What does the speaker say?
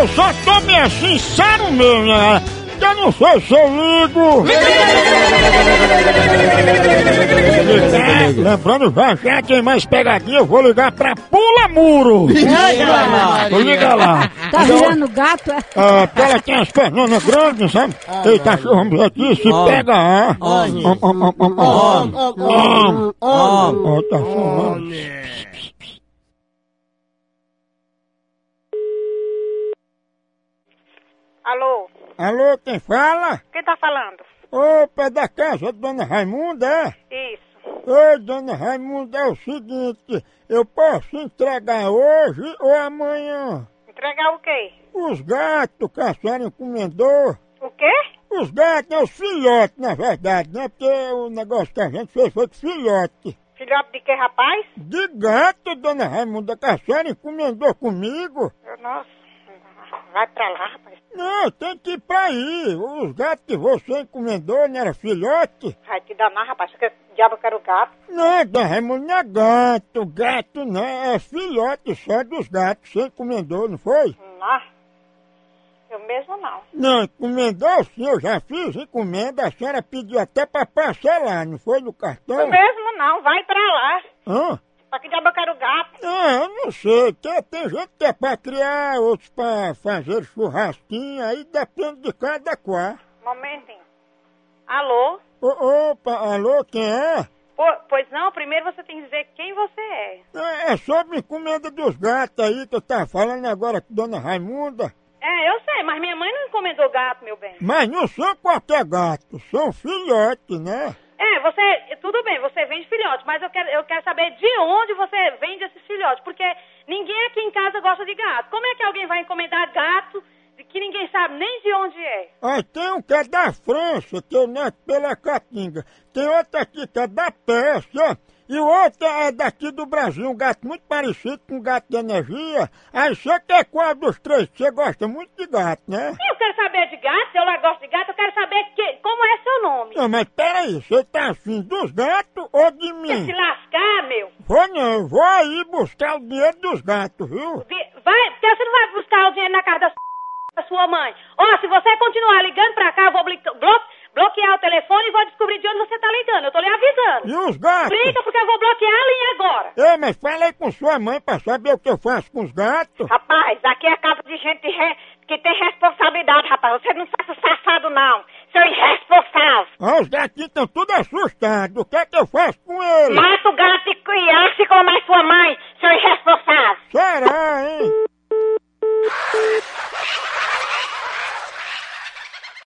eu só tô bem sincero mesmo, né? Eu não sei se eu ligo. É, Lembrando já já tem mais pegadinha, eu vou ligar pra Pula Muro. Vou ligar lá. Tá virando gato, é? Ah, porque ela tem as pernas grandes, sabe? Eita, vamos aqui, se pega. ah. Om, om, om, om, om. Om. Ó, tá chamando. Alô, Alô, quem fala? quem tá falando? Opa, é da casa de Dona Raimunda, é? Isso. Oi, Dona Raimunda, é o seguinte, eu posso entregar hoje ou amanhã Entregar o quê? os gatos que a senhora encomendou? O quê? Os gatos é os filhotes, na verdade, né? Porque o negócio que a gente fez foi de filhote. Filhote de quê, rapaz? De gato, Dona Raimunda, que a senhora encomendou comigo? Eu, nossa, vai pra lá, rapaz. Não, tem que ir pra aí. Os gatos que você encomendou não era filhote? Vai te danar, rapaz. Que diabo eu quero gato. Não, Dona Raimunda, não é gato. Gato não, é filhote só dos gatos. Você encomendou, não foi? Não. Eu mesmo não. Não, encomendou sim, eu já fiz encomenda. A senhora pediu até pra parcelar, não foi no Eu cartão? mesmo não. Vai pra lá. Hã? Pra que diabo eu quero gato? Ah, eu não sei, tem, tem gente que é pra criar, outros pra fazer churrasquinho, aí depende de cada qual. Momentinho. Alô? Ô, opa, alô, quem é? Po- pois não, primeiro você tem que dizer quem você é. É é sobre encomenda dos gatos aí que eu tava falando agora com Dona Raimunda. É, eu sei, mas minha mãe não encomendou gato, meu bem. Mas não são qualquer gato, são filhotes, né? É, você. Tudo bem, você vende filhote, mas eu quero, eu quero saber de onde você vende esses filhotes. Porque ninguém aqui em casa gosta de gato. Como é que alguém vai encomendar gato de que ninguém sabe nem de onde é? Aí tem um que é da França, que eu neto pela Caatinga. Tem outro aqui que é da Pérsia. E o outro é daqui do Brasil, um gato muito parecido com um gato de energia. Aí você quer qual dos três? Você gosta muito de gato, né? Eu quero saber de gato, se eu lá gosto de gato, eu quero saber que, como é seu nome. Não, mas peraí, você tá afim dos gatos ou de Quer se mim? lascar, meu? Vou não, eu vou aí buscar o dinheiro dos gatos, viu? De- Vai, porque você não vai buscar o dinheiro na casa da sua, da sua mãe. Ó, se você continuar ligando pra cá, eu vou bli- blo- bloquear o telefone e vou descobrir de onde você tá ligando. Eu tô lhe avisando. E os gatos? Brinca, porque eu vou bloquear a linha agora. Ei, mas fala aí com sua mãe pra saber o que eu faço com os gatos. Rapaz, aqui é casa de gente re- que tem responsabilidade, rapaz. Você não faz o safado, não. Seu irresponsável. Ah, os gatinhos estão tudo assustados. O que é que eu faço com eles? Mas